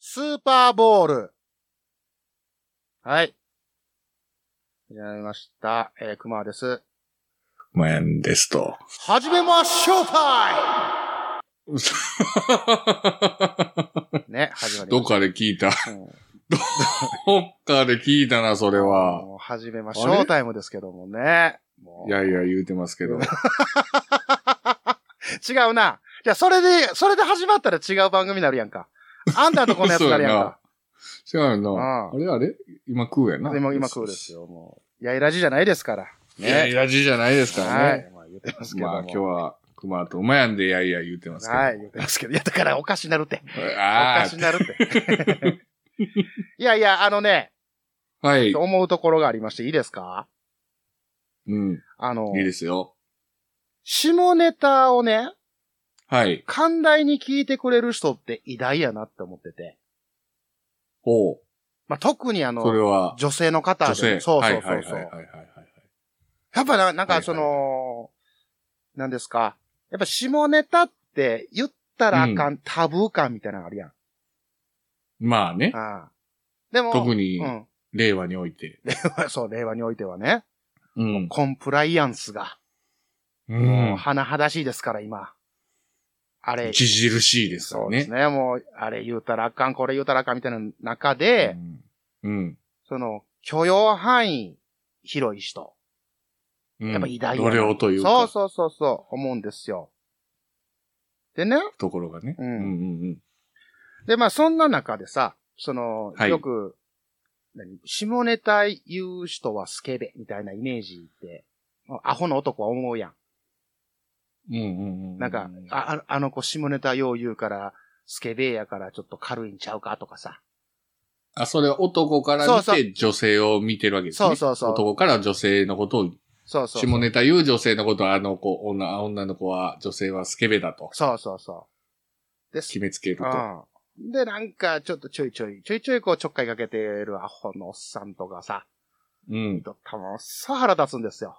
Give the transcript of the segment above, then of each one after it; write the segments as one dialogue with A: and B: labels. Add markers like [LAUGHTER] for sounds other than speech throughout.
A: スーパーボール。はい。始まりました。えー、熊です。
B: まやんですと。
A: 始めましょうかいね、始まりました。
B: [LAUGHS] どっかで聞い [LAUGHS] た。
A: うん
B: どっかで聞いたな、それは。
A: もう始めましょうタイムですけどもね。もう
B: いやいや言うてますけど。
A: 違うな。じゃあ、それで、それで始まったら違う番組になるやんか。あんたとこのやつになるやんか。
B: 違う
A: う
B: の。あれあれ今食うやな。
A: ん。今、今食うですよ、もう。やいらじじゃないですから。
B: いやいやじじゃないですから
A: は
B: ね。
A: い。まあ、言ってますけども。
B: まあ今日は熊とまやんでいやいや言うてますけど。
A: はい、言ってますけど。いや、だからおかしなるって。お
B: あ
A: かしなるって。いやいや、あのね、
B: あ、はい。
A: 思うところがありまして、いいですか
B: うん。
A: あの
B: いい、ですよ。
A: 下ネタをね、
B: はい。
A: 寛大に聞いてくれる人って偉大やなって思ってて。
B: ほう。
A: まあ、特にあ
B: それ
A: の、
B: は、
A: 女性の方で
B: 女
A: も
B: 性。
A: そう
B: はい
A: そう
B: はい
A: そ
B: は
A: うそう
B: いはい。はいはい。
A: やっぱな、なん
B: は
A: か
B: い
A: その、なんですか。やっぱ下ネタって言ったらあかん、タブー感みたいなのがあるやん。
B: まあね。
A: ああでも、
B: 特
A: に、
B: に
A: う、ん。
B: 令和において。
A: そう、令和においてはね、
B: うん。
A: コンプライアンスが、
B: う。
A: もうん甚だしいですから、今。あれ、
B: 著しいですよ
A: そうで
B: ね
A: す。ね。もう、あれ言うたらあかん、これ言うたらあかんみたいな中で、
B: うんうん。
A: その、許容範囲広い人。
B: うん
A: やっぱ偉大や
B: 度
A: な
B: 量というか。
A: そうそうそうそう、思うんですよ。でね、
B: ところがね。
A: うん
B: うんうん
A: で、まあ、そんな中でさ、その、
B: はい
A: よく、何下ネタ言う人はスケベみたいなイメージって、アホの男は思うやん。
B: うんうんう
A: なんか、あ、ああの子下ネタよう言うから、スケベやからちょっと軽いんちゃうかとかさ。
B: あ、それは男から
A: そう
B: 見
A: そう
B: て女性を見てるわけですね。
A: そうそうそう
B: 男から女性のこと
A: そ
B: を、
A: うそうそう。
B: 下ネタ言う女性のことは、あの子、女、女の子は、女性はスケベだと
A: そうそうそう。です
B: 決。めつけると。
A: うんで、なんか、ちょっとちょいちょい、ちょいちょいこうちょっかいかけてるアホのおっさんとかさ、
B: うん。
A: とったもんさ腹立つんですよ。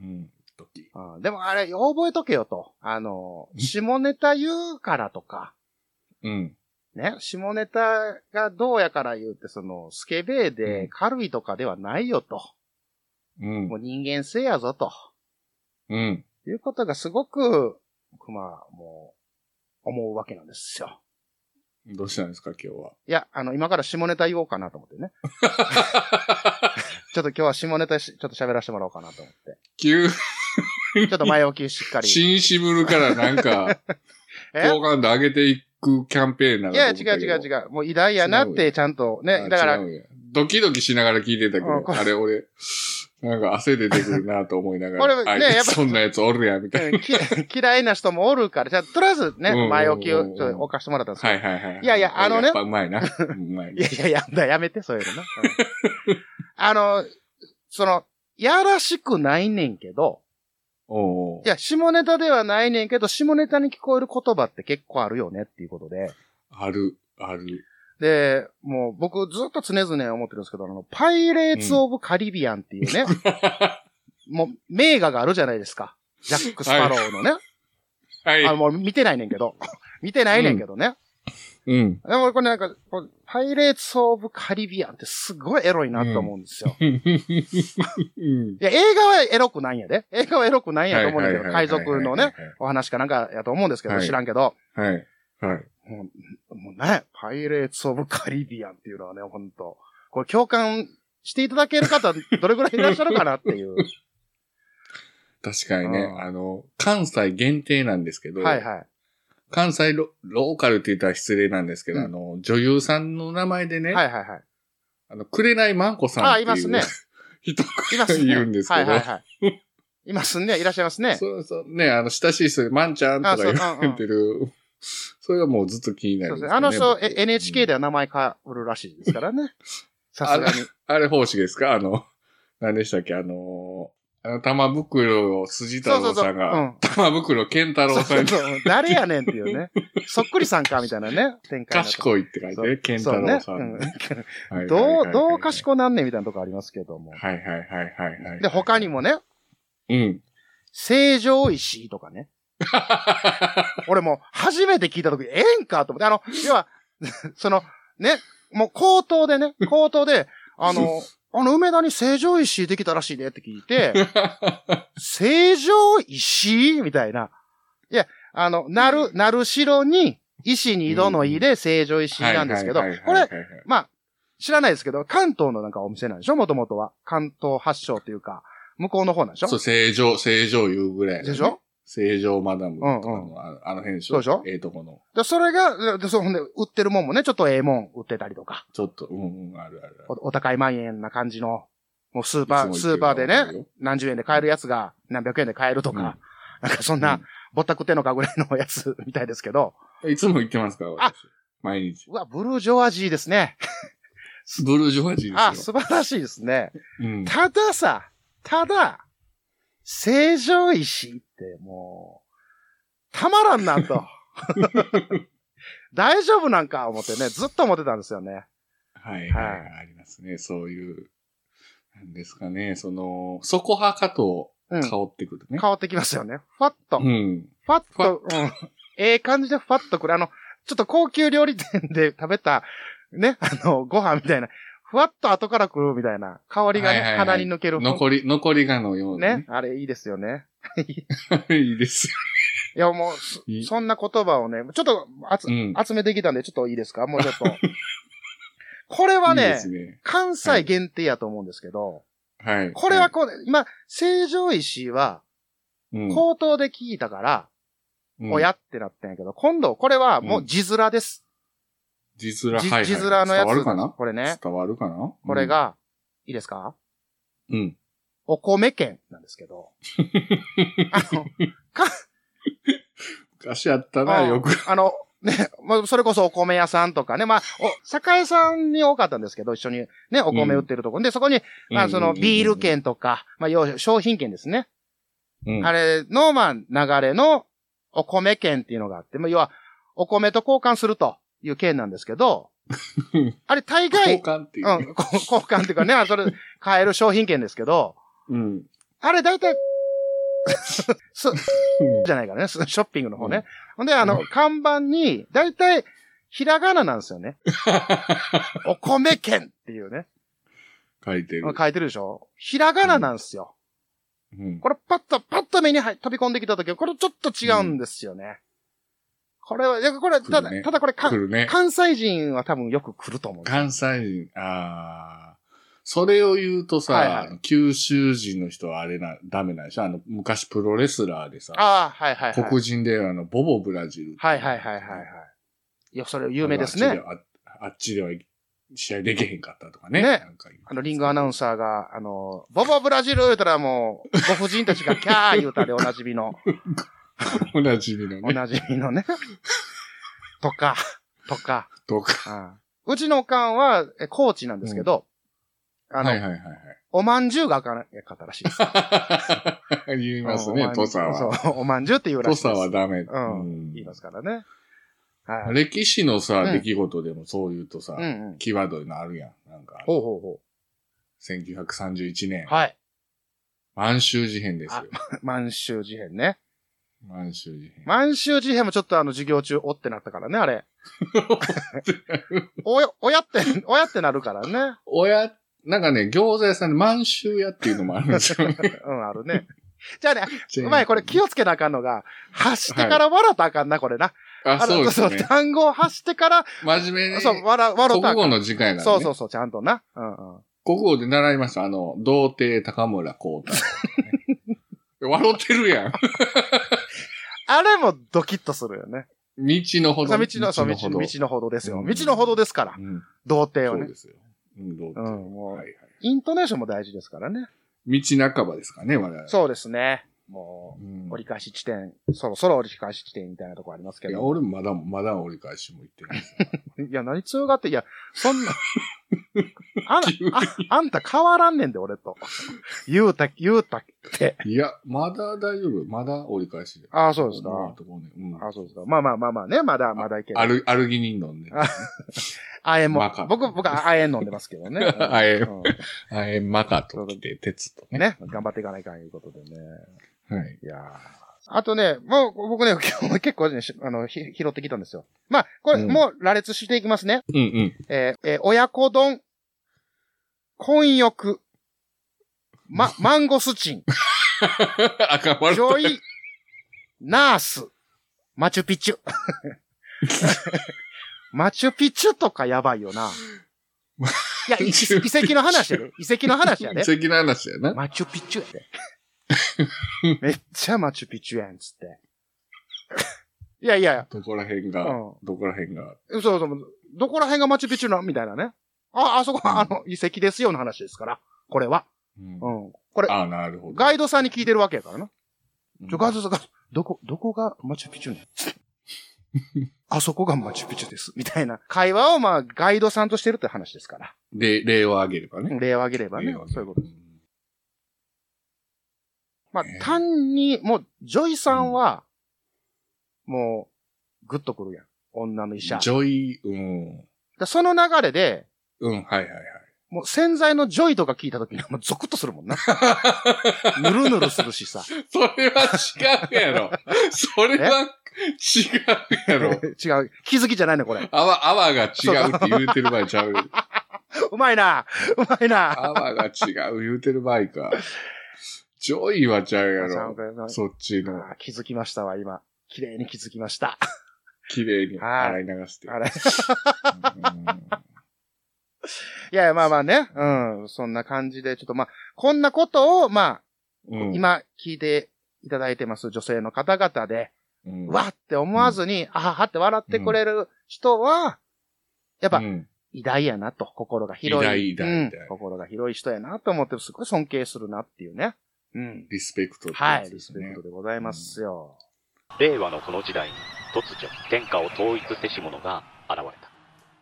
B: うん。時
A: うんでもあれ、覚えとけよと。あの、下ネタ言うからとか、
B: うん。
A: ね、下ネタがどうやから言うって、その、スケベ
B: う
A: で
B: ん
A: 軽いとかではないよと。
B: うん
A: も。う人間性やぞと。
B: うん。
A: いうことがすごく、まあ、もう、思うわけなんですよ。
B: どうしたんですか、今日は。
A: いや、あの、今から下ネタ言おうかなと思って
B: [LAUGHS]
A: ね。ちょっと今日は下ネタし、ちょっと喋らせてもらおうかなと思って。
B: 急、 [LAUGHS]
A: ちょっと前置きしっかり。
B: 新シブルからなんか、
A: [LAUGHS] え
B: 好感度上げていくキャンペーンないの
A: や、
B: か
A: 違う
B: と思ったけど
A: 違う違う。もう偉大やなって、ちゃんとね。だから
B: あ、違うんやドキドキしながら聞いてたけ
A: うん
B: ど、
A: これ
B: あれ俺、なんか汗出てくるなと思いながら、
A: これ
B: あ
A: ねやっぱ
B: そんなやつおるや、みたい
A: うんき [LAUGHS] 嫌いな人もおるから、じゃあ、とりあえずね、
B: うん
A: 前置きを
B: うん
A: ちょっと置かしてもらったんです
B: な。
A: けど、
B: はいはいはい。
A: いやいやあのね
B: やっぱうま
A: [LAUGHS]
B: いな。うまい
A: い、。やいや、やだ、やめて、そういうのな。うん [LAUGHS] あの、その、やらしくないねんけど、
B: おうおう
A: いや、下ネタではないねんけど、下ネタに聞こえる言葉って結構あるよねっていうことで、
B: ある、ある。
A: で、もう僕ずっと常々思ってるんですけど、あの、パイレーツ・オブ・カリビアンっていうね、もう名画があるじゃないですか。ジャック・スパローのね。
B: はい
A: あの、。もう見てないねんけど。 [LAUGHS] 見てないねんけどね。
B: うん。
A: でもこれなんか、こうパイレーツ・オブ・カリビアンってすごいエロ [LAUGHS] いなと思うんですよ。
B: うん
A: いや、映画はエロくないんやで。映画はエロくないんやと思うんだけ
B: は
A: ど、
B: いはいはいはい
A: 海賊のね、。お話かなんかやと思うんですけど、
B: はい
A: 知らんけど。
B: はい。はい。
A: もう、もうね、パイレーツ・オブ・カリビアンっていうのはね、ほんと。これ共感していただける方、どれぐらいいらっしゃるかなって
B: [LAUGHS]
A: いう。
B: 確かにね
A: う、ん
B: あの、関西限定なんですけど、
A: はいはい。
B: 関西ロローカルって言ったら失礼なんですけど、
A: うん
B: あの、女優さんの名前でね、
A: はいはいはい。
B: あの、くれないまんこさん
A: あ
B: って
A: あ、
B: い
A: いうますね。
B: 人
A: い
B: が
A: ますね。
B: いるんですけ
A: はい
B: ど、
A: はいはい。いますね。いらっしゃいますね。
B: そうそう、ね、あの、親しい人で、まんちゃんと
A: あ
B: か
A: そうう
B: 言
A: んうん
B: われてる、それがもうずっと気にな
A: そ
B: る
A: うんですね。
B: けど
A: あの人、
B: 僕
A: え NHK では名前変わるらしいですからね。さすがに。
B: あれ方式ですかあの、何でしたっけあのー、あの玉袋を筋太郎さん
A: う
B: が、
A: ん。
B: 玉袋健太郎さんに
A: そうそう誰やねんっていうね。そっくりさんかみたいなね、展開だと。
B: 賢いって書いてね、健太郎さん。
A: そうね
B: は
A: う
B: い
A: んどう、どう
B: はい
A: 賢なんねんみたいなとこありますけども。
B: はいはいはいはいはい。
A: で、他にもね、
B: うん。
A: 成城石
B: [LAUGHS]
A: 井とかね。俺もう初めて聞いた時、ええんかと思って、あの、要は、 [LAUGHS] その、ね、もう口頭で
B: [LAUGHS]
A: ね、口頭で、あの、あの、梅田に成城石井できたらしいでって聞い
B: [LAUGHS]
A: て、成城石井みたいな。いや、あの、なる、なるしろに、石に井戸の井で成城石井なんですけど、これ、、まあ、知らないですけど、関東のなんかお店なんでしょもともとは。関東発祥というか、向こうの方なんでしょ
B: そう、正常、正常言うぐらい、
A: でしょ
B: 正常マダムとかの、
A: うん
B: ああの辺でしょ
A: そうでしょ
B: ええとこの。
A: で、それが、で、そう、ほんで、売ってるもんもね、ちょっとええもん売ってたりとか、
B: ちょっと、うんうん、あるあるある。
A: おお高い万円な感じの、もうスーパ
B: い
A: ー、
B: つ
A: スー
B: も行ける
A: パーで
B: わかる
A: ね、
B: よ。
A: 何十円で買えるやつが何百円で買えるとか、なんかそんな、ぼったくってんのかぐらいのやつ [LAUGHS] みたいですけど、
B: うんいつも行ってますから、
A: あ
B: 私。毎日。
A: うわ、ブルージョワジーですね。
B: ブルージョワジーですよ。
A: あ、素晴らしいですね。
B: うん。
A: たださ、ただ、成城石井ってもう、たまらんなと。 [LAUGHS] 大丈夫なんか思ってね、ずっと思ってたんですよね。
B: はい、はい、
A: は
B: ありますね。そういう、なんですかね、その、そこはかと
A: うん。
B: 香ってくるね
A: 変。わってきますよね。ファッと。
B: うん。
A: ファッと、うん。ええ感じでファッとくる。あの、ちょっと高級料理店で食べた、ね、あの、ご飯みたいな、ふわっと後から来るみたいな、香りがね、
B: はいはいはい
A: 鼻に抜ける。
B: 残り、残りがのような
A: ね
B: ね。、
A: あれいいですよね。
B: [LAUGHS] いいですよ。
A: いや、もう、そ
B: いい
A: そんな言葉をね、ちょっと集
B: うん。
A: 集めてきたんで、ちょっといいですかもうちょっと。 [LAUGHS] これはい
B: い
A: ね、
B: ですね。
A: 関西限定やと思うんですけど、
B: はい。
A: これはこう、今、成城石井は、
B: い、うん
A: 口頭で聞いたから、
B: うん
A: おやってなったんやけど、今度、これはもう字面です。
B: 字面、はい、
A: 字
B: はい。
A: 字面のやつ。
B: 伝わるかな
A: これね。
B: 伝わるかな
A: これ。が、いいですか
B: うんうん。
A: お米券なんですけ
B: [LAUGHS]
A: ど。あの、
B: 昔あったな、
A: うん
B: よく。
A: あの、ね、まあ、それこそお米屋さんとかね、まあ、お、酒屋さんに多かったんですけど、一緒にね、お米売ってるとこ。で、そこに、まあ、その、ビール券とか、まあ、要商品券ですね。
B: うん。
A: あれの、まあ、流れのお米券っていうのがあって、まあ、要は、お米と交換するという券なんですけ
B: [LAUGHS]
A: ど
B: うん、
A: あれ大
B: 交
A: 概、
B: 換っていううね。
A: ん、こ交換っていうかね、あそれ、買える商品券ですけど、
B: うん。
A: あれ大体、す、じゃないからね、 [LAUGHS] すショッピングの方ね。ほんで、あの、看板に、大体、ひらがななんですよ
B: [LAUGHS]
A: ね。お米券っていうね。
B: 書いてる。
A: 書いてるでしょひらがななんですよ。
B: うん
A: これパッと、パッと目に入飛び込んできたときは、これちょっと違うんですよね。これは、いやこれ、た
B: 来る
A: だ、
B: ね
A: ただこれか、
B: 来るね。
A: 関西人は多分よく来ると思う。
B: 関西人、ああ。それを言うとさ、
A: はいはい
B: あの九州人の人はあれな、ダメなんでしょあの、昔プロレスラーでさ、
A: ああ、はいはいはい。
B: 黒人であの、ボボブラジル。
A: はいはいはいはいはい。いや、それ有名です
B: あの
A: ね。。
B: あっちではああっちでは試合できへんかったとかね。
A: ね
B: なんか言う
A: あの、リングアナウンサーが、あの、ボボブラジル言うたらもう、ご婦人たち
B: [LAUGHS]
A: がキャー言うたでおなじみの、
B: おなじみの
A: お
B: ね。
A: なじみのね。 [LAUGHS] とか、とか。
B: とか。
A: うんうちのおかんは、え高知なんですけど、あの、
B: はいはいはい
A: おまんじゅうがあかんかったらしいです。
B: はい。 [LAUGHS] 言いますね、土佐は。
A: そう、おまんじゅうって言うらしい
B: 土
A: です。
B: 佐はダメ。
A: うん
B: うん
A: 言いますからね。はい。
B: 歴史のさ、
A: うん
B: 出来事でもそう言うとさ、
A: うんうん。
B: キーワードになるやん。なんか、
A: ほうほうほ
B: 1931年
A: う。、はい。
B: 満州事変ですよ。
A: 満州事変ね。
B: 満州事変。
A: 満州事変もちょっとあの、授業中、おってなったからね、あ
B: [LAUGHS]
A: れ。おや、おやって、おやってなるからね。
B: [LAUGHS] 親、なんかね、餃子屋さんで満州屋っていうのもあるんで
A: [LAUGHS]
B: すよね。
A: うん、あるね。じゃあね、
B: チェーン
A: うまい、これ気をつけなあかんのが、発してから笑ったらあかんな、これな。
B: あ、そう
A: の
B: です
A: の
B: ね。
A: 単語を発してから、
B: 真面目に、
A: そう、笑、笑
B: 国
A: ったらあか
B: 語
A: ん
B: の時間やからね。
A: そうそうそう、ちゃんとな。うんうん。
B: 国語で習いました。あの、童貞高村
A: [LAUGHS]
B: 光太、ね。笑ってるやん。道
A: あれもドキッとするよね。
B: のほ
A: さ
B: ど。
A: 道の、そう、道
B: ほ
A: の
B: ど
A: 道のほどですよ。
B: うん
A: 道のほどですから、
B: うん
A: 童貞
B: そ
A: を
B: う
A: ね
B: で。すよ。うん、童
A: う
B: 貞。
A: ん、もう、
B: はいはい。
A: イントネーションも大事ですからね。
B: 道半ばですかね、我々。
A: そうですね。も
B: うん
A: う、折り返し地点、そろそろ折り返し地点みたいなとこありますけ
B: いや、
A: ど。
B: 俺もまだ、まだ折り返しも言ってない
A: [LAUGHS]
B: で
A: い
B: す。
A: や、何強がって、いや、そ
B: [LAUGHS]
A: んな、あんあ、あんた変わらんねんで、俺と。
B: [LAUGHS]
A: 言うた、言うたって。
B: いや、まだ大丈夫。まだ折り返しで。
A: ああ、そうです
B: まあ
A: か。
B: とこねうん
A: ああ、そうですか。まあまあまあまあね、まだ、まだいける。
B: アル、アルギニン飲んで。
A: ああえんも
B: まか。
A: 僕、僕、あえん飲んでますけどね。うん
B: [LAUGHS] あえん
A: うん
B: あえ、マカと来て、鉄とね。
A: ね、頑張っていかないかんいうことでね。
B: はい。
A: いやあとね、もう僕ね、今日結構ね、しあの、ひ拾ってきたんですよ。まあ、これ、
B: うん
A: もう羅列していきますね。
B: うんうん。
A: えーえー親子丼、婚浴、 [LAUGHS] ま、マンゴスチン、
B: [LAUGHS] 赤丸
A: ジ
B: 太。
A: ョイ、ナース、マチュピチ [LAUGHS] ュ。マチュピチュとかやばいよな。いや、い遺跡の話やで。遺跡の話やで。
B: 素敵な話や
A: [LAUGHS]
B: な。
A: マチュピチュやで。めっちゃマチュピチュやん、つって。いやいや、
B: どこら辺
A: う
B: が、
A: ん。
B: どこら辺が。
A: そうそう、どこら辺がマチュピチュなんみたいなね。あ、あそこは、あの、遺跡ですよの話ですから。これは。
B: うん
A: うん。これ、
B: ああ、なるほど。
A: ガイドさんに聞いてるわけやからな。
B: うん
A: ちょ、ガイドさんが、どこ、どこがマチュピチュね [LAUGHS] あそこがマチュピチュです。みたいな会話を、まあ、ガイドさんとしてるって話ですから。
B: で、例を挙げればね。
A: 例を挙げればね
B: 例を。挙げ
A: そうい
B: れ
A: うこ
B: ば
A: と。まあ
B: ね、
A: 単に、もう、ジョイさんは、もう、グッとくるやん。女の医者。
B: ジョイ、うん。
A: でその流れで、
B: うん、はい
A: [LAUGHS]
B: はいはい。
A: もう潜在のジョイとか聞いた時に、もうゾクッとするもんな。ぬるぬるするし
B: [LAUGHS]
A: さ。
B: それは違
A: [LAUGHS]
B: うやろ。それは違うや
A: 違
B: ろ。
A: う。気づきじゃないね、これ。
B: 泡、泡が違うって言うてる場合ちゃう。
A: うまいな。うまいな。
B: 泡が違う言うてる場合か。ジョイはちゃうやろ。そっちの、
A: あー気づきましたわ、今。綺麗に気づきました。
B: 綺麗に洗い流して。
A: あれ。
B: うん
A: いやいや、まあまあね。うん。そんな感じで、ちょっとまあ、こんなことを、まあ、
B: うん、
A: 今聞いていただいてます女性の方々で、
B: うん、
A: わーって思わずに、あははって笑ってくれる人は、やっぱ
B: う、ん
A: 偉大やなと、心が広い。
B: 偉大偉大偉大
A: うん心が広い人やなと思って、すごい尊敬するなっていうね。うん。
B: リスペクトって
A: は
B: や
A: い、
B: つで
A: リス
B: す
A: ペ
B: ね、
A: クトでございますよ。
C: 令和のこの時代に突如天下を統一せし者が現れ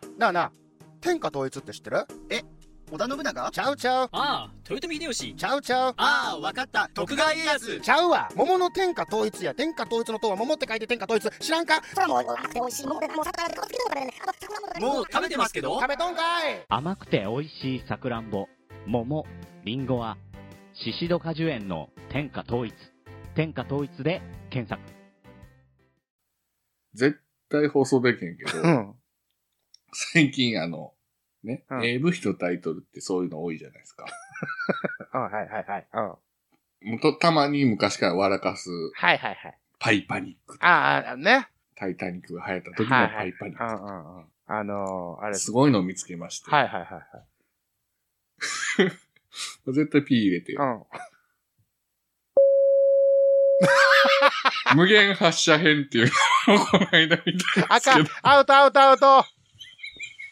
C: た
A: なあなあ、天下統一って知ってるえ、
D: 織田信長
A: ちゃうちゃう、
E: ああ豊臣秀吉
A: ちゃうちゃう。
D: ああわかった徳川家康
A: ちゃうわ桃の天下統一や天下統一の塔は桃って書いて天下統一知らんか
F: それはもう甘くて美味しいものでもう魚でこっつけても食べれないあと桜も食べれない
E: もう食べてますけど
A: 食べとんかい
G: 甘くて美味しいさくらんぼ、桃、りんごは、シシド果樹園の天下統一、天下統一で検索。
B: 絶対放送できへんけど、
A: うん。
B: 最近あの、ね、
A: うん
B: AV のタイトルってそういうの多いじゃないですか。
A: あはいはいはい。うん。
B: もうとたまに昔から笑かす
A: はいはいはい。
B: パイパニック。
A: ああ、ね。
B: タイタニックが流行った時の
A: はい
B: パイパニ
A: うんう
B: ッ
A: んうん。あのー、あれ
B: ク。すごいのを見つけまして。
A: はいはいはいはい。
B: 絶対 P 入れて
A: う
B: よ。
A: ん。
B: 無限発射編っていう [LAUGHS] のをこの間見たんです
A: 赤
B: けど。、
A: アウトアウトアウト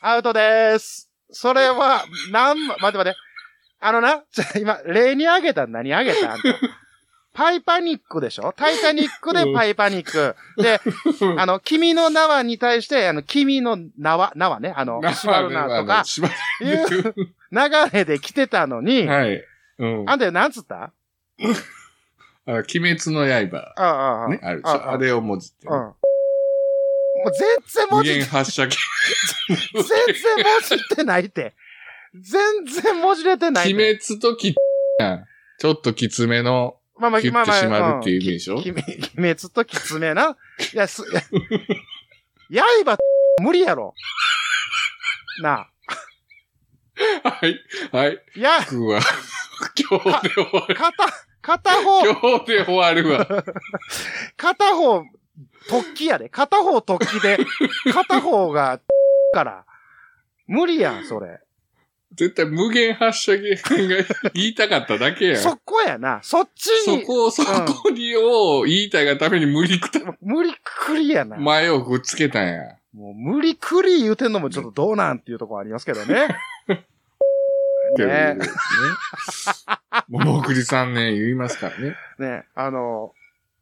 A: アウトでーす。それは、なん、待って待って。あのな、ちょ今、例にあげた何あげたあんた。パイパニックでしょタイタニックでパイパニック。で、あの、君の縄に対して、あの、君の縄、縄ね、あの、縛るなとか、
B: 縛る
A: いう流れで来てたのに、
B: [LAUGHS] はい。うん。
A: あんたなんつった
B: あの鬼滅の刃。
A: ああ、ああ、
B: ね、あるでし
A: あ
B: ょ。あれを文字って
A: うん。
B: ね。
A: もう全然文
B: 無
A: 字
B: 限発射系。
A: 全然文字ってないって。全然文字れてないて。
B: 鬼滅とき、ちょっときつめの、
A: まあま
B: 切ってしまうっていう意味でし
A: う
B: ょ
A: んきき鬼滅ときつめな。いや、す、 [LAUGHS] いや刃、無理やろ。なあ。
B: はい、はい、
A: いや、[LAUGHS]
B: 僕は、今日で終わる。
A: 片、片方、
B: 今日で終わるわ。
A: 片方、突起やで。片方突起で、片方が、 [LAUGHS] から。無理やん、それ。
B: 絶対無限発射系が言いたかっただけやん。
A: そ
B: そ
A: こやな。そっちに、
B: こを、そこにを言いたいがために無理くた、
A: 無理くりやな。
B: 前をくっつけたんや。
A: もう無理くり言うてんのもちょっとどうなんっていうところありますけど
B: [LAUGHS]
A: ね。
B: っていう
A: ね
B: ね。も [LAUGHS] もくじさんね、言いますからね。
A: ね、あの、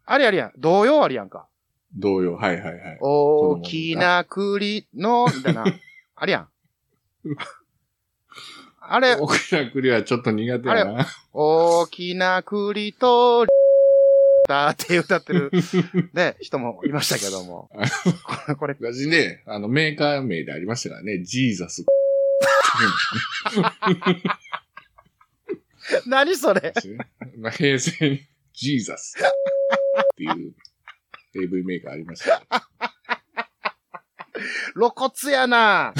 A: あれあるやん。童謡あるやんか。
B: 同様、はいはいはい。
A: 大きな栗の、みたいな。あれやん。あれ、
B: 僕ら栗はちょっと苦手やな。
A: 大きな栗と、だって歌ってる、ね、人もいましたけど
B: [LAUGHS]
A: も。これ、これ、
B: 昔ね、あの、メーカー名でありましたからね、ジーザス。
A: 何それ
B: [LAUGHS] まあ平成に、ジーザス。ってっていう AV メーカーありました。 [LAUGHS]
A: 露骨やな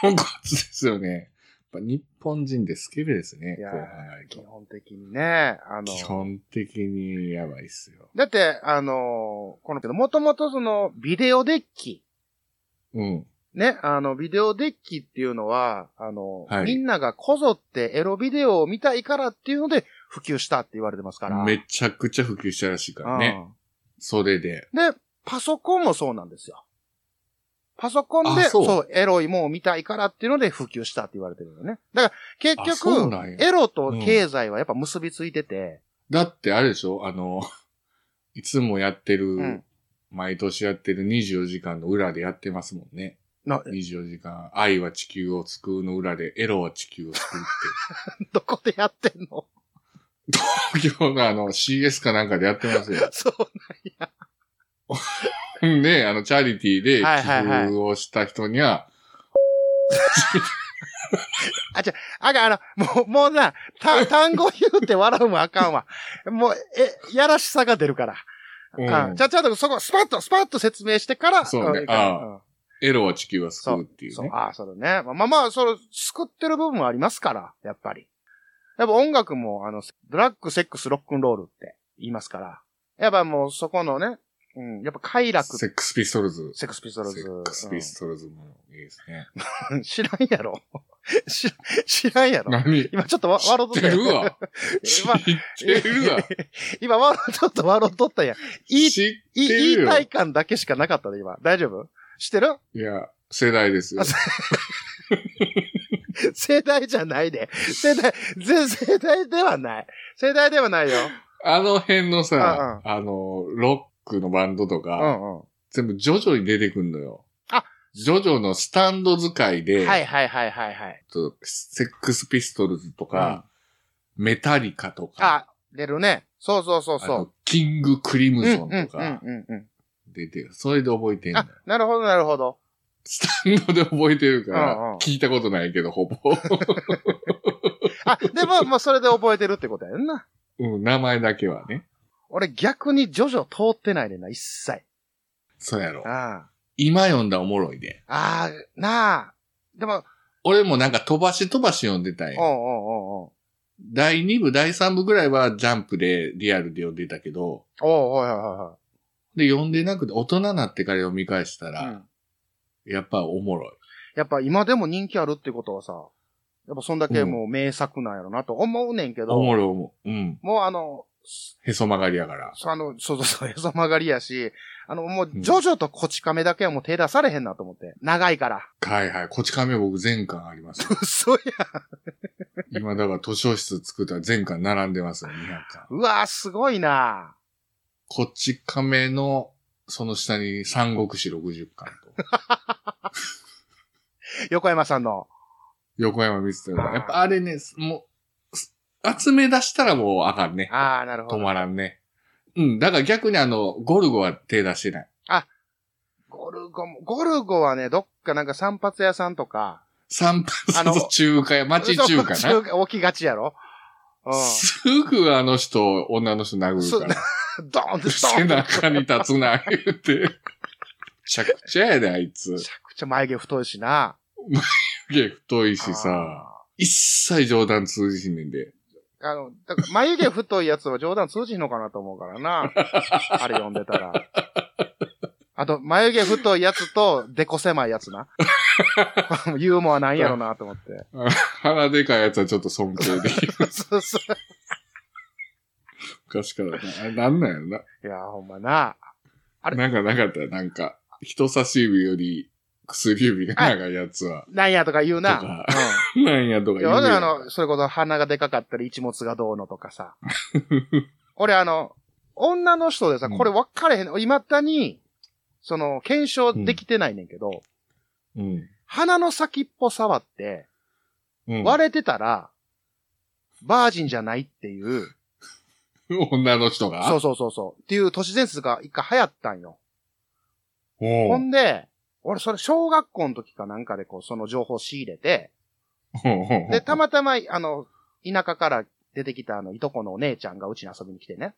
B: ポンコツですよね。やっぱ日本人でスケベですね。
A: いやー
B: こう考える
A: 基
B: と。
A: 本的にね。あの、
B: 基本的にやばいっすよ。
A: だって、あの、この、もともとその、ビデオデッキ。
B: うん。
A: ね、あの、ビデオデッキっていうのは、あの、
B: はい
A: みんながこぞってエロビデオを見たいからっていうので普及したって言われてますから。
B: めちゃくちゃ普及したらしいからね。それで。
A: うんで、パソコンもそうなんですよ。パソコンで、
B: あ
A: そ
B: そうう
A: エロいもんを見たいからっていうので普及したって言われてるよね。だから、
B: あ
A: 結
B: そう
A: 局、
B: なんや
A: エロと経済はやっぱ結びついてて、 [LAUGHS]
B: だってあれでしょあの、 [LAUGHS] いつもやってる、
A: うん
B: 毎年やってる24時間の裏でやってますもんね。
A: な、
B: 24時間、愛は地球を救うの裏で、エロは地球を救うっ
A: どこでやってんの [LAUGHS]
B: て。 [LAUGHS] 東京のあの CS かなんかでやって
A: [LAUGHS]
B: ますよ。
A: そう。
B: ねあの、チャリティーで
A: はいはいはい
B: 寄付をした人には、
A: あかん、あの、もう、もうな、た、単語言うて笑うもあかんわ。 [LAUGHS] もう、え、やらしさが出るから。あ
B: うん
A: じゃあ、ちゃんとそこ、スパッと、スパッと説明してから。
B: そうね
A: んいいから
B: ああエロは地球は救うって
A: う
B: い
A: ん
B: う
A: そう
B: ね。
A: ああ、そうだね。まあまあまあ、その、救ってる部分はありますから、やっぱり。やっぱ音楽も、あの、ドラッグ、セックス、ロックンロールって言いますから。やっぱもう、そこのね、うん、やっぱ快楽、
B: セックスピストルズ。
A: セックスピストルズ。
B: セックスピストルズもいいですね。
A: うん知らんやろ。 [LAUGHS] 知知らんやろ。
B: 何
A: 今ちょっとわ
B: 知
A: 笑う
B: っ
A: と
B: て
A: ったやん
B: るわ。
A: [LAUGHS] まあ
B: 知ってるわ。
A: [LAUGHS] 今、笑う、ちょっと笑うとったやん。いい
B: 知っ
A: い
B: てる
A: 言い
B: よ
A: た。い感だけしかなかったで、今。大丈夫してる
B: いや、世代ですよ
A: あ。世代じゃないで。世代、全世代ではない。世代ではないよ。
B: あの辺のさ、あの、ロックのバンドと
A: う
B: か、
A: んうん。
B: 全部ジョジョに出てくんのよ。
A: あ
B: ジョジョのスタンド使いで、
A: はいはいはいはいはい。
B: ちょっとセックスピストルズとか、メタリカとか、
A: あ、出るね。そうそうそう
B: あ
A: そう
B: とキングクリ。ム
A: うん
B: ゾン
A: う
B: と
A: んう
B: か
A: んうんうん。
B: 出てる。それで覚えてんのよ
A: あ。、なるほどなるほど。
B: スタンドで覚えてるか
A: うんうん
B: ら、聞いたことないけど、
A: [LAUGHS]
B: ほぼ。
A: あ、で
B: [LAUGHS]
A: も、もうそれで覚えてるってことやんな。
B: うん、名前だけはね。
A: 俺逆にジョジョ通ってないでな、一切。
B: そうやろ。
A: あ
B: 今読んだらおもろいで。
A: あ。ああ、なあ。でも、
B: 俺もなんか飛ばし飛ばし読んでたん
A: おう
B: や。
A: おうおうおう。
B: 第2部、第3部ぐらいはジャンプでリアルで読んでたけど、
A: おうおいお
B: で、読んでなくて、大人になってから読み返し
A: い
B: た
A: おい。う
B: ら
A: ん、
B: やっぱおもろい。
A: やっぱ今でも人気あるってことはさ、やっぱそんだけもう名作なんやろなと思うねんけど、
B: おもろい思う。うん。
A: もうあの、そ
B: へそ曲がりやから。
A: あの、そうそうそう、へそ曲がりやし、あの、もう、
B: うん
A: ジョジョとこち亀だけはもう手出されへんなと思って。長いから。
B: はいはい。こち亀僕全巻あ
A: [LAUGHS]
B: りますよ。
A: 嘘や。
B: 今だから図書室作ったら全巻並んでますよ、200巻。
A: うわぁ、すごいな
B: こっち亀の、その下に三国志60巻と。 [LAUGHS]
A: ぁ横山さんの。
B: 横山光太
A: あ
B: が。
A: ー
B: やっぱあれね、すもう、す集め出したらもうあかんね。
A: ああ、なるほ
B: 止
A: ど。
B: まらんね。うん。だから逆にあの、ゴルゴは手出してない。
A: ゴルゴも、ゴルゴはね、どっかなんか散髪屋さんとか、
B: 散
A: あの
B: 髪と中華や、町中華
A: そう
B: な。
A: 中華起きがちやろ。う
B: すぐあの人、女の人殴るから。
A: ん。ドーンって、ドー
B: 背
A: ンって。
B: 中に立つな、言うて。めちゃくちゃやで、あいつ
A: め。ちゃくちゃ眉毛太いしな。
B: すげえ太いしさ、一切冗談通じひんねんで。
A: あの、だから眉毛太いやつは冗談通じひんのかなと思うから [LAUGHS] な。あれ読んでたら。あと、眉毛太いやつと、デコ狭いやつな。 [LAUGHS] ユーモアないやろなと思って。
B: 鼻でかいやつはちょっと尊敬
A: [LAUGHS]
B: できる。
A: そうそ
B: 昔からな。あれなんなんやろな。
A: ういや、ほんまな。あれ
B: なんかなかったよなんか、人差し指より薬指が長いやつは、
A: なんやとか言う
B: と
A: な
B: か。
A: う
B: なんやとか
A: ん。い
B: 言
A: や、ほ
B: う
A: ん
B: やん
A: であの、それこそ鼻がでかかったり、一物がどうのとか [LAUGHS] さ。俺、あの、女の人でさ、これ分かれへん。未だに、その、検証できてないねんけど、
B: うん。
A: 鼻の先っぽ触って、
B: うん、
A: 割れてたら、バージンじゃないっていう、
B: 女の人が
A: そうそうそうそう、っていう都市伝説が一回流行ったんよ。
B: お
A: ほ
B: うん
A: で、俺それ小学校の時かなんかでこう、その情報仕入れて、
B: ほう
A: で、たまたま、あの、田舎から出てきたあの、いとこのお姉ちゃんがうちに遊びに来てね。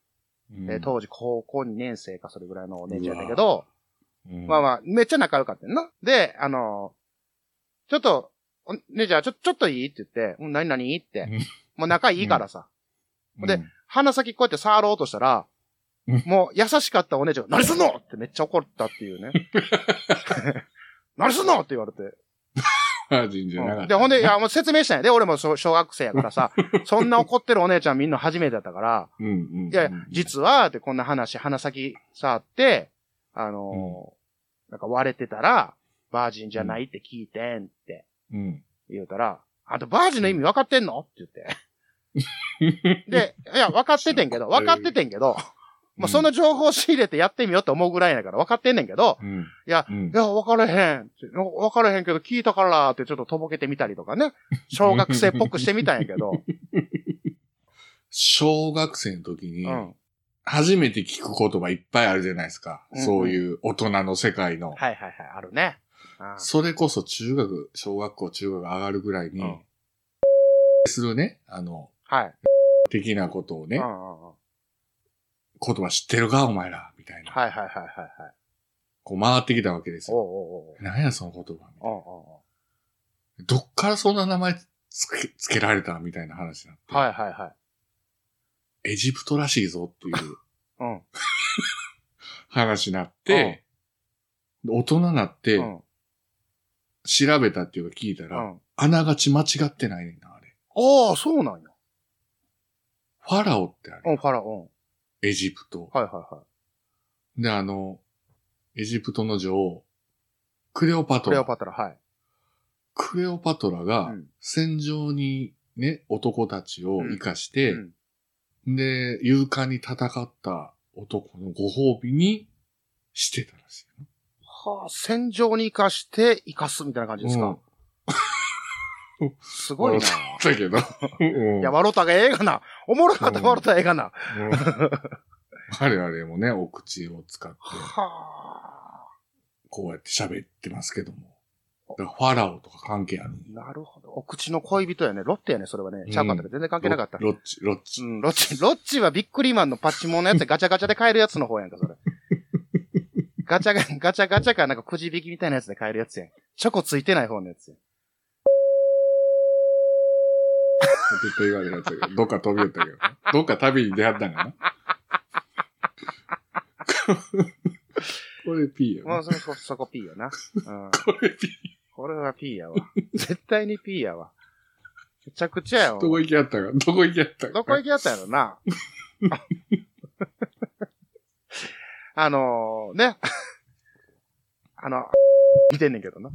B: うん
A: えー当時高校2年生かそれぐらいのお姉ちゃんだけど、
B: うん
A: まあまあ、めっちゃ仲良かったんな。で、あのーちょっと、お姉ちゃん、ちょ、ちょっといいって言って、うん、何何って
B: うん。
A: もう仲いいからさ、
B: うん
A: で鼻先こうやって触ろうとしたら
B: うん、
A: もう優しかったお姉ちゃんが、何すんのってめっちゃ怒ったって
B: [LAUGHS]
A: いうね。何すんのって言われて。
B: マジんじゃな
A: う
B: か
A: ん
B: っ
A: で、
B: た。
A: ほんで、いや、もう説明したんやで、俺も小小学生やから
B: [LAUGHS]
A: さ、そんな怒ってるお姉ちゃんみんな初めてだったから、
B: うんうんうん
A: いやいや、実は、ってこんな話、鼻先触って、あのーなんか割れてたら、バージンじゃないって聞いてんって
B: うん。
A: 言うたら、あとバージンの意味分かってんのって言
B: [LAUGHS]
A: って。で、いや、分かっててんけど、分かっててんけど、まあ、その情報仕入れてやってみようと思うぐらいやから分かってんねんけど、
B: うん、
A: いや
B: うん
A: いや、分からへんって。分からへんけど聞いたからってちょっととぼけてみたりとかね。小学生っぽくしてみたんやけど。
B: [LAUGHS] 小学生の時に
A: う、ん。
B: 初めて聞く言葉いっぱいあるじゃないですか。
A: うんうん
B: そういう大人の世界の。
A: はいはいはい、あるね。あー
B: それこそ中学、小学校、中学上がるぐらいに、
A: うん
B: するね、あの、
A: はい。
B: 的なことを
A: う
B: ね、
A: んうんうん
B: 言葉知ってるかお前ら、みたいな。
A: はいはいはいはいはい。
B: こう回ってきたわけです
A: おう
B: よ。
A: おうおう
B: 何やその言葉みたい
A: おう
B: な。
A: おうお
B: どっからそんな名前つけつけられたみたいな話になって。
A: うはいはいはい。
B: エジプトらしいぞっていう
A: うん。
B: 話になって、大人になって
A: う、ん。
B: 調べたっていうか聞いた
A: う
B: ら、
A: ん。
B: あながち間違ってないねんな、あれ。
A: ああ、そうなんや。
B: ファラオってあれ。
A: うん、ファラオン。
B: エジプト。
A: はいはいはい。
B: で、あの、エジプトの女王、クレオパト
A: ク
B: ラ。
A: レオパトラ、はい。
B: クレオパトラ
A: う
B: が
A: ん、
B: 戦場にね、男たちを生かして、
A: うん
B: で、勇敢に戦った男のご褒美にしてたらしい
A: はあ、戦場に生かして生かすみたいな感じ
B: よ。
A: ですか。
B: うん
A: すごいな。
B: だけど。うん
A: い [LAUGHS] や、笑うたがええがな。おもろかったら笑うたがええがな。
B: うん
A: [LAUGHS]
B: 我々もね、お口を使って、
A: はあ。
B: こうやって喋ってますけども。だからファラオとか関係ある
A: なるほど。お口の恋人やね。ロッテやね、それはね。ちゃうかったけど全然関係なかった。
B: ロロッチ、ロッチ
A: う。ん、ロッチ、ロッチはビックリマンのパチモン
B: [LAUGHS]
A: のやつでガチャガチャで買えるやつの方やんか、それ。ガチャガ、ガチャガチャか、なんかくじ引きみたいなやつで買えるやつやん。チョコついてない方のやつやん。
B: 絶対言われなかったけど、どっか飛び寄ったけどね、どっか旅に出会ったんかな。これ P よ、
A: も
B: ね
A: う。そ、そ、そこ P やな。うん。
B: これ P。
A: これは P やわ。絶対に P やわ。めちゃくちゃやわ。
B: どこ行きあったかどこ行きあったか
A: どこ行きやったんやろな。あのー、ね。あの、見てんねんけどな。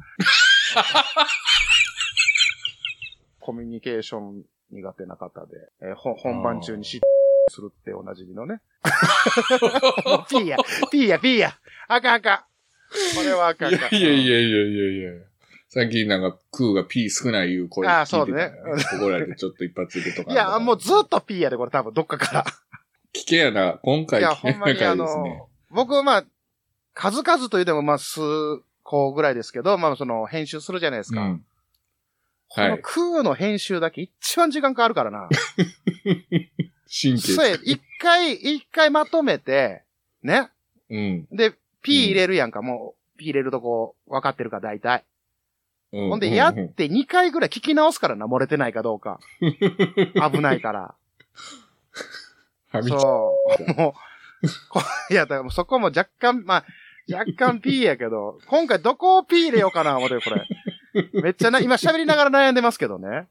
A: コミュニケーション苦手な方で、えーほ本番中に嫉妬するっておなじみの
B: [LAUGHS]
A: ね。もうピーや、ピーや、ピーや。あかんあかん。これはあかんあかん。
B: いやいやいやいやいやいや。最近なんか、空が P 少ないいう声
A: ああ
B: 聞いてた
A: そ
B: よ
A: うね
B: 怒られてちょっと一発受けとか
A: い
B: んとか。
A: や、もうずっとピーやで、これ多分どっかから。
B: 危険やな。今回
A: いや、
B: 危
A: ほん
B: 険な
A: ま
B: 回で
A: にあ
B: す
A: の、
B: ね。
A: 僕、まあ、数々というでも、まあ、数個ぐらいですけど、まあ、その、編集するじゃないです
B: う
A: か。
B: ん。
A: この
B: はい
A: 空の編集だけ一番時間かかるからな。
B: 神経質
A: そうや、一回、一回まとめて、ね。
B: うん。
A: で、P 入れるやんか、もう、P 入れるとこ分かってるから、大体。
B: う
A: ほんで、やっ
B: うう
A: て2回ぐらい聞き直すからな、漏れてないかどうか。危ないから。
B: はみ出
A: そう。もう、こいや、だからもうそこも若干、まあ、若干 P やけど、今回どこを P 入れようかな、思ってる、これ。めっちゃな、今喋りながら悩んでますけどね。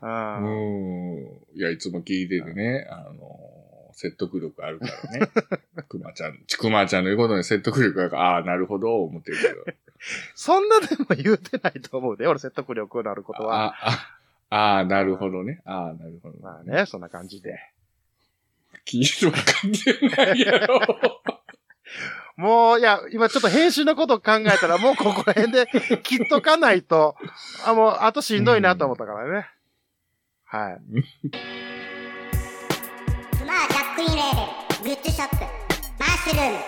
A: う。
B: うんん。いや、いつも聞いててね、あの、説得力あるからね。 [LAUGHS] くまちゃん、ちくまちゃんの言うことに説得力があるから、ああ、なるほど、思って
A: [LAUGHS]
B: るけ
A: そんなでも言うてないと思うで、俺説得力のあること
B: ど。
A: は。
B: ああ、ああ、なるほどね。ああ、なるほど。
A: まあね、そんな感じで。
B: 聞いても関係ないやろ。
A: [LAUGHS] もう、いや、今ちょっと編集のことを考えたら、もうここら辺で [LAUGHS] 切っとかないと、あ、もう、あとしんどいなと思ったからね。はい。
F: まあジャックインレーベルグッズショップマッシュルーム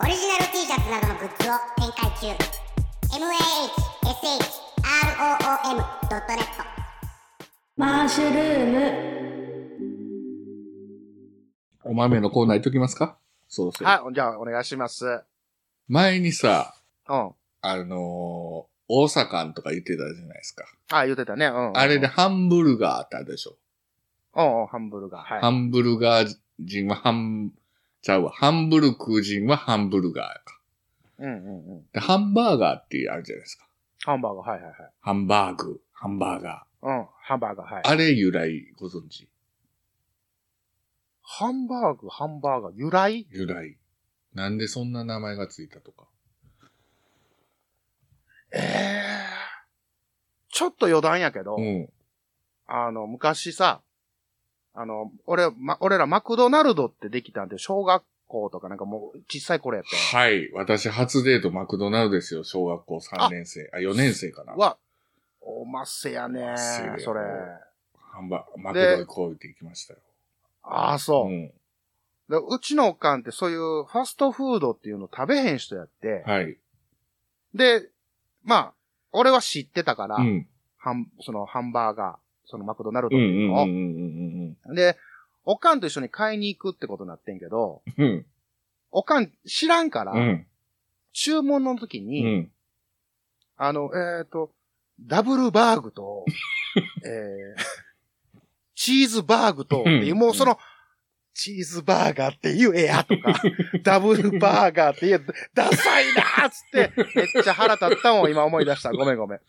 F: オリジナル T シャツなどのグッズを展開中 mahshroom.net
H: マッシュルーム
B: お豆のコーナー行っときますかそうそう。
A: はい、じゃあお願いします。うん。
B: 前にさ、
A: あ
B: あのー、大阪とか言ってたじゃないですか。
A: 言ってたね。うん。
B: あれで。ハンブルガーってあるでしょ。
A: うんうん、ハンブルガー。
B: ハ
A: はい。
B: ンブルガー人はハン、ちゃうわ。ハンブルク人はハンブルガーやか。
A: うんうんうん。
B: で、ハンバーガーってあるじゃないですか。
A: ハンバーガー、はいはいはい。
B: ハンバーグ、ハンバーガ
A: うん、ハンバーガー、はい
B: ー。。あれ由来ご存知
A: ハンバーグ、ハンバーガー、由来
B: 由来。なんでそんな名前がついたとか。
A: ええちょっと余談やけど、
B: うん。
A: あの、昔さ、あの、俺、ま、俺らマクドナルドってできたんで、小学校とかなんかもう小さい頃やったよ
B: はい。私、初デートマクドナルドですよ。小学校3年生。あ、4年生かな。
A: は、おませやね
B: せや
A: それ。
B: ハンバマクドにこう言って行きましたよ。
A: ああ、そう。
B: ん。
A: でうちのおかんってそういうファストフードっていうの食べへん人やって、
B: はい。
A: で、まあ、俺は知ってたから、
B: うん。
A: ハンそのハンバーガー、そのマクドナル
B: う
A: ド
B: ん
A: っ
B: う
A: て
B: ん
A: いううんのを、
B: うん
A: で、おかんと一緒に買いに行くってことになってんけど、
B: うんうん。うん。
A: おかん知らんから、
B: うん。
A: 注文の時
B: う
A: に、
B: ん。
A: あの、えっ、と、ダブルバーグ
B: [LAUGHS]
A: と、えーチーズバーグとっていう、
B: うん
A: もうその、チーズバーガーっていうえやと
B: [LAUGHS]
A: か、ダブルバーガーっていう、ダサいなーっつって、めっちゃ腹立ったもん、今思い出した。ごめんごめん。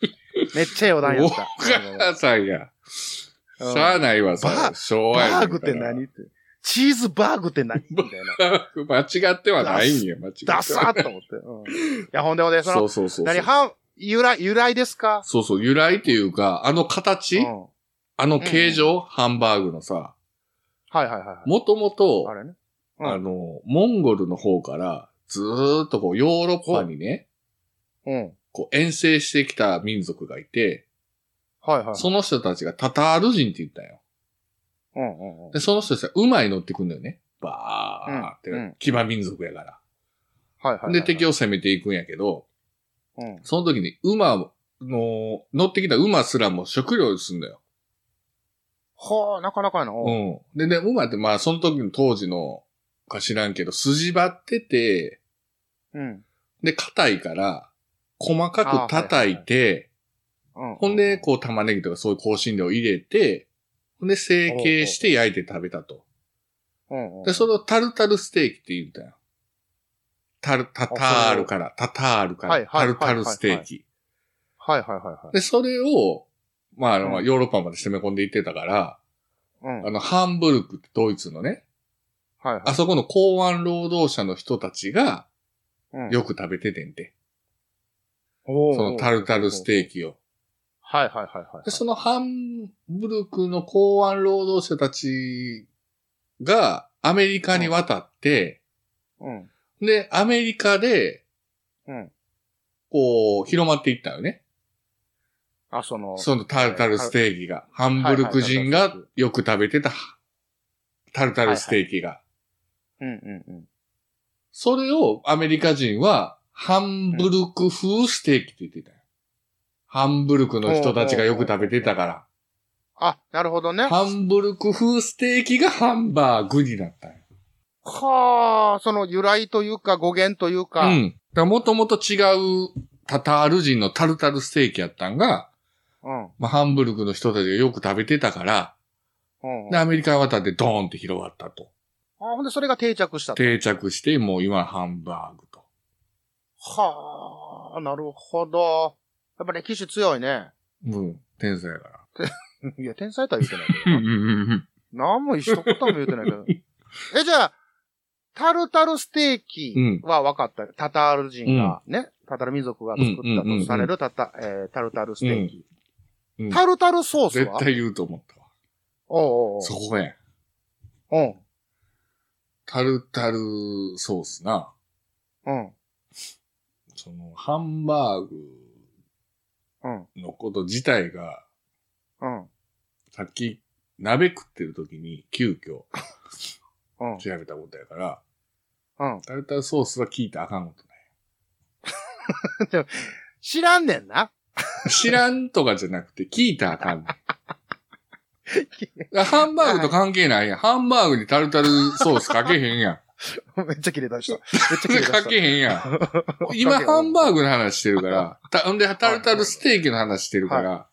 A: めっちゃ余談や
B: お
A: った。ごめんごめん
B: 母さんや。
A: うん
B: しゃあないわ、
A: バ
B: さ。
A: ー
B: 昭和やねん
A: バーグって
B: から
A: 何って。チーズバーグって何みたいな。
B: バーグ [LAUGHS] 間違ってはないんや、間違っては
A: ダサーと思って。うん、いや、ほんでほんで、その、
B: そうそうそう。
A: 何、は由来、由来ですか
B: そうそう、由来っていうか、あの形、
A: うん。はい
B: あの形状、ハンバーグのさ、
A: はいはいはい。
B: もともと、
A: あれね。うん
B: あの、モンゴルの方から、ずーっとこう、ヨーロッパにね、
A: うん。
B: こう、遠征してきた民族がいて、
A: はいはいはい。
B: その人たちがタタール人って言ったんよ。
A: うんうんうん
B: で、その人たちが馬に乗ってくんだよね。バーって、
A: うんうん
B: 騎馬民族やから。
A: はいはい。
B: で、敵
A: を。
B: を攻めていくんやけど、
A: うん。
B: その時に馬の、乗ってきた馬すらも食料にすんだよ。
A: はあ、なかなかやな。うん。
B: うん。で、で、馬ってまあ、その時の当時のか知らんけど、筋張ってて、
A: うん。
B: で、硬いから、細かく叩いて、
A: うん
B: ほんで、、こう玉ねぎとかそういう香辛料を入れて、ほんで成形して焼いて食べたと。
A: うんうん。
B: で、それをタルタルステーキって言うんだよ。タル、タタールから、タタールか
A: はい
B: ら、
A: は
B: タ
A: いはい
B: ルタルステーキ。
A: はいはいはいはい。
B: で、それを、まあ、あの、まあ
A: うん
B: ヨーロッパまで攻め込んでいってたから、
A: うん。
B: あの、ハンブルクってドイツのね、
A: はいは
B: あそこの港湾労働者の人たちが
A: い。
B: よく食べててんて。
A: そ
B: そのタルタルステー
A: キ。
B: キを。
A: はいはいはいはい。
B: で、そのハンブルクの港湾労働者たちがアメリカに渡って、
A: うん。
B: で、アメリカで、
A: うん。
B: こう、広まっていったよね。
A: あ、その、
B: そのタルタルステーキが。ハンブルク人
A: はい
B: が
A: はい
B: よく食べてたタルタルステーキが。
A: うんうんうん。
B: それをアメリカ人はハンブルク風ステーキって言ってたよ。ハンブルクの人たちがよく食べてたから。
A: あ、なるほどね。は
B: [LAUGHS] ハンブルク風ステーキがハンバーグになったんよ
A: あ、その由来というか語源というか。
B: う。ん。だからもともと違うタタール人のタルタルステーキやったんが、
A: うん。
B: まあ、ハンブルクの人たちがよく食べてたから、
A: うん。
B: で、
A: あ、
B: アメリカに渡ってドーンって広がったと。
A: ほんでそれが定着したと。
B: 定着して、もう今はハンバーグと。
A: はあ、なるほど。やっぱ歴史強いね。
B: うん。天才やから。
A: いや、天才とは言ってないけ
B: う
A: どな
B: んう。んうん
A: [LAUGHS] 何も一言も言うてないけ [LAUGHS] ど。え、じゃあ、タルタルステーキは分かった。タタール人が、ね、タタール民族が作ったとされるタタ、えータルタルステーキ。
B: うん。うん
A: タルタルソースは
B: 絶対言うと思ったわ。
A: おうおうおう
B: そこやん。
A: うん。
B: タルタルソースな。
A: うん。
B: その、ハンバーグ
A: うん。
B: のこと自体が、
A: うん。
B: さっき、鍋食ってる時に急遽
A: うん。
B: 調べたことやから、
A: うん。
B: タルタルソースは聞いたらあかんことない。
A: 知らんねんな。
B: 知らんとかじゃなくて、聞いたらあかんね [LAUGHS] ハンバーグと関係ないやん。ハンバーグにタルタルソースかけへん [LAUGHS] やん。
A: [LAUGHS] めっちゃ切れ出した。めっちゃ切れ出
B: か
A: し
B: けへん [LAUGHS] やん。
A: た。
B: 今、ハン
A: ー
B: バーグの話してるから、たほんで、タルタルステーキの話してるから、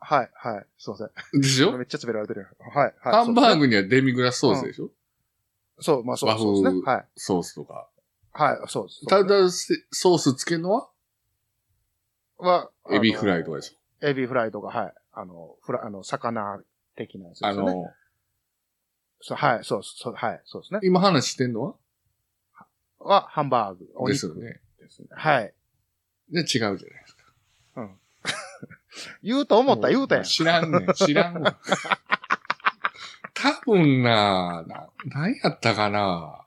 A: グ。はい、はい。すいませ
B: でし
A: ん。
B: ょ
A: めっちゃ滑られてる。はい、はい。
B: ハンバー
A: グ。
B: グにはデミグラスソースでしょ
A: そう、まあそう
B: 和風
A: そうですね。はい。
B: ソースとか。
A: はい、そうです。
B: タルタルステソースつけるのは
A: は、
B: エビフライとかで
A: し
B: しょ
A: ょ。エビフライとか、はい。あの、フラ、あの、魚的なやつで
B: あ
A: すよね。
B: の、
A: そうはい、そう、そう、はい、そうですね。
B: 今話してんのは
A: は、ハンバーグ。お肉
B: ですよね。
A: ですね。はい。
B: で、違うじゃない
A: 言うと思った、言うたやん。
B: 知らんねん、知らんわ。 [LAUGHS] 多分なな、何やったかな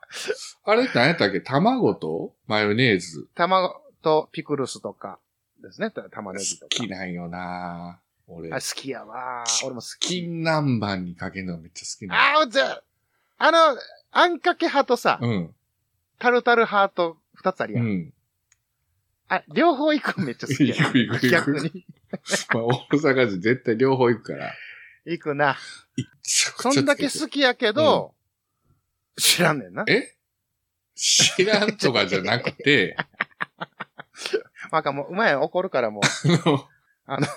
B: あれ何やったっけ卵とマヨネーズ。
A: 卵とピクルスとかですね。た玉ねぎとか。
B: 好きなんよな俺。
A: あ好きやわー。俺も好
B: チキ
A: き。
B: ン南蛮にかけるのがめっちゃ好きな
A: あー、じゃあの、あんかけ派とさ、
B: の。うん。
A: タルタル派と二つあり
B: う
A: やん。
B: ん。
A: あ、両方行くのめっちゃ好きやん。
B: [LAUGHS] 行く行く行く
A: 逆に。
B: まあ、大阪人絶対両方行くから。
A: 行く
B: [LAUGHS]
A: な。そ
B: そ
A: んだけ好きやけど、知らんねんな。
B: え知らんとかじゃな
A: [LAUGHS]
B: くて、
A: まあかんもう、うまい怒るからもう、
B: あの
A: 終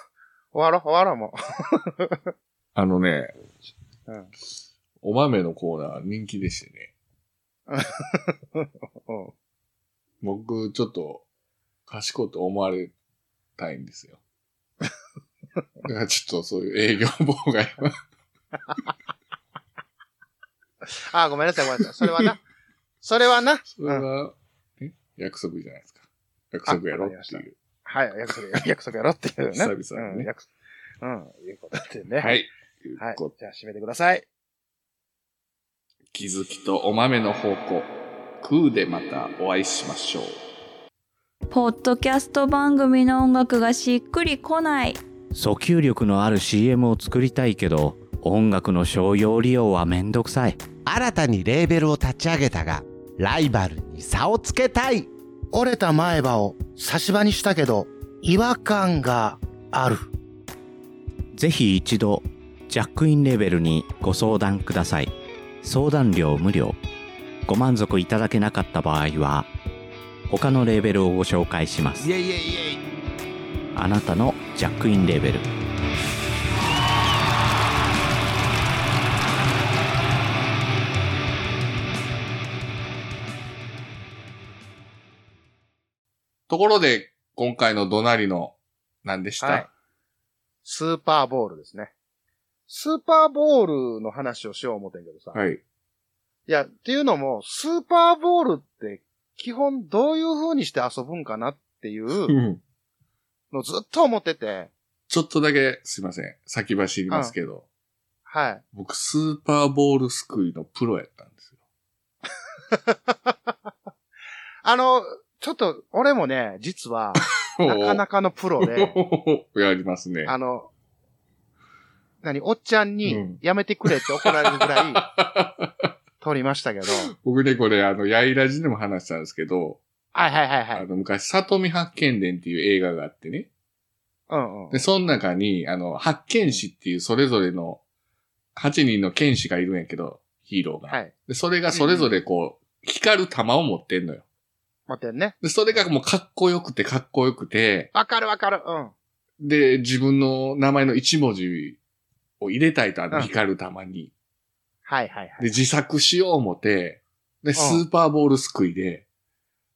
A: わろう、終わろう、も
B: あのね、
A: うん
B: お豆のコーナー人気でしてね。
A: う。うん。
B: 僕、ちょっと、賢いと思われたいんですよ。 [LAUGHS] だからちょっとそういう営業妨害は。
A: あー、ごめんなさい、ごめんなさい。それは
B: [LAUGHS]
A: な。それはな。
B: それは、ね約束じゃないですか。約束やろっていう。
A: はい、約束や、約束やろっていうね。
B: 久々にね
A: うん、約束。うん、いうことでね。
B: はい。
A: はい。
B: こ
A: じゃあ、締めてください。
B: 気づきとお豆の宝庫、空でまたお会いしましょう。
H: ポッドキャスト番組の音楽がしっくりこない
G: 訴求力のある CM を作りたいけど音楽の商用利用はめんどくさい
I: 新たにレーベルを立ち上げたがライバルに差をつけたい
A: 折れた前歯を差し歯にしたけど、違和感がある。
G: ぜひ一度ジャックインレーベルにご相談ください相談料無料ご満足いただけなかった場合は他のレーベルをご紹介します
I: イエイイエイイエイ
G: あなたのジャックインレーベル
B: ところで、今回の怒鳴りの、何でした、
A: はいスーパーボールですね。スーパーボールの話をしよう思ってんけどさ。い、
B: はい。
A: や、っていうのも、スーパーボールって基本どういう風にして遊ぶんかなっていう
B: うん。
A: のずっと思ってて、
B: ちょっとだけ、すいません。先走りますけど、
A: はい。
B: 僕、スーパーボールすくいのプロやったんですよ。
A: あの、ちょっと、俺もね、実は、なかなかのプロで、
B: お [LAUGHS] ーやりますね。
A: あの、何、おっちゃん
B: う
A: に
B: ん、
A: やめてくれって怒られるぐらい、 [LAUGHS] 撮りましたけど。
B: 僕ね、これ、あの、やいらじでも話したんですけど、
A: はいはいはいは
B: あ
A: い。
B: の、昔、里見八犬伝っていう映画があってね。
A: うんうん
B: で、。その中に、あの、八犬士っていうそれぞれの、8人の剣士がいるんやけど、ヒーローが。
A: はい。
B: で、それがそれぞれこう、光る玉を持ってんのよ。
A: 待ってんね。
B: で、それがもうかっこよくてかっこよくて、
A: わかるわかる。うん。
B: で、自分の名前の一文字を入れたいと、あ
A: う
B: の
A: ん
B: 光る玉に。
A: はいはいは
B: で、
A: い。
B: 自作しよう思て、で、スーパーボールすくいで、
A: うん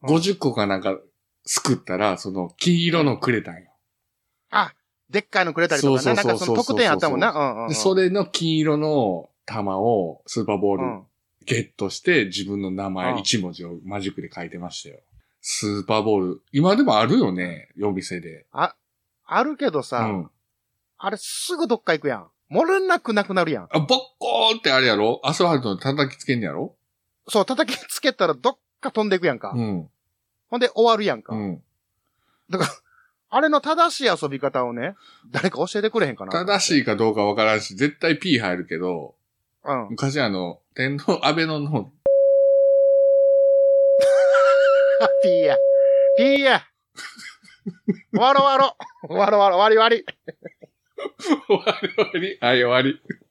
B: 50個かなんかすくったら、その黄色のくれたんよ。
A: あ、でっかいのくれたりとか
B: そ
A: な。
B: う
A: な
B: そうんそ
A: か
B: うそう
A: その特典あったもんな。うんうんうん。
B: で、それの黄色の玉をスーパーボー
A: う
B: ル
A: ん。
B: ゲットして、自分の名
A: うん
B: 前一文字をマジックで書いてましたよ。スーパーボール、今でもあるよね、夜店で。
A: あるけど
B: う
A: さ、
B: ん。
A: あれすぐどっか行くやん。漏れなくなくなるやん。
B: あ、ボッコーンってあれやろアスファルトに叩きつけんやろ
A: そう、叩きつけたらどっか飛んでいくやんか。
B: うん。
A: ほんで終わるやんか
B: う。ん。
A: あれの正しい遊び方をね、誰か教えてくれへんかな。
B: 正
A: い。
B: しいかどうかわからんし、絶対 P 入るけど、
A: うん。 [LAUGHS]
B: 昔あの、天皇、安倍のの
A: あピーや。ピーや。終わろう終わろう。終わろう終わろう。終わり終わり。
B: 終わり終わり。はい、終わり。